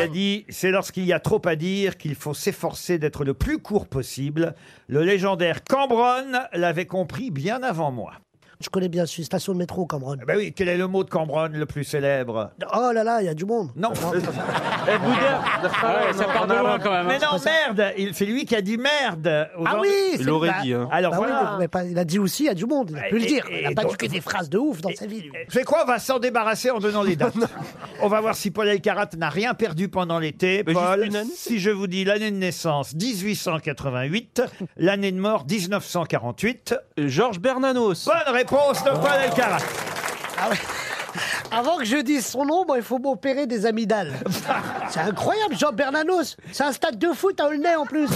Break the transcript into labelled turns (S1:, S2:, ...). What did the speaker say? S1: a dit C'est lorsqu'il y a trop à dire qu'il faut s'efforcer d'être le plus court possible. Le légendaire Cambronne l'avait compris bien avant moi.
S2: Je connais bien, je suis station de métro, Cameron.
S1: Eh Ben oui, quel est le mot de Cambronne le plus célèbre
S2: Oh là là, il y a du monde.
S1: Non. Eh, Boudin.
S3: Ah ça part de loin quand même.
S1: Mais non, merde il- C'est lui qui a dit merde aux
S2: Ah
S1: gens-
S2: oui, c'est-
S3: Il l'aurait
S2: bah-
S3: dit, hein.
S1: Alors
S2: bah oui,
S1: voilà. Bah,
S2: mais pas- il a dit aussi, il y a du monde. Il a pu le
S1: Et-
S2: dire.
S1: et
S2: Il n'a pas dit
S1: donc-
S2: que des phrases de ouf dans sa vie. lui.
S1: C'est quoi On va s'en débarrasser en donnant les dates. On va voir si Paul Elkarat n'a rien perdu pendant l'été.
S3: Mais juste
S1: Paul,
S3: une année.
S1: si je vous dis l'année de naissance 1888, l'année de mort 1948,
S3: Georges Bernanos.
S1: bonne réponse de Paul Elkarat.
S2: Ah ouais. Avant que je dise son nom, bon, il faut m'opérer des amygdales. C'est incroyable, Jean Bernanos. C'est un stade de foot à Aulnay en plus.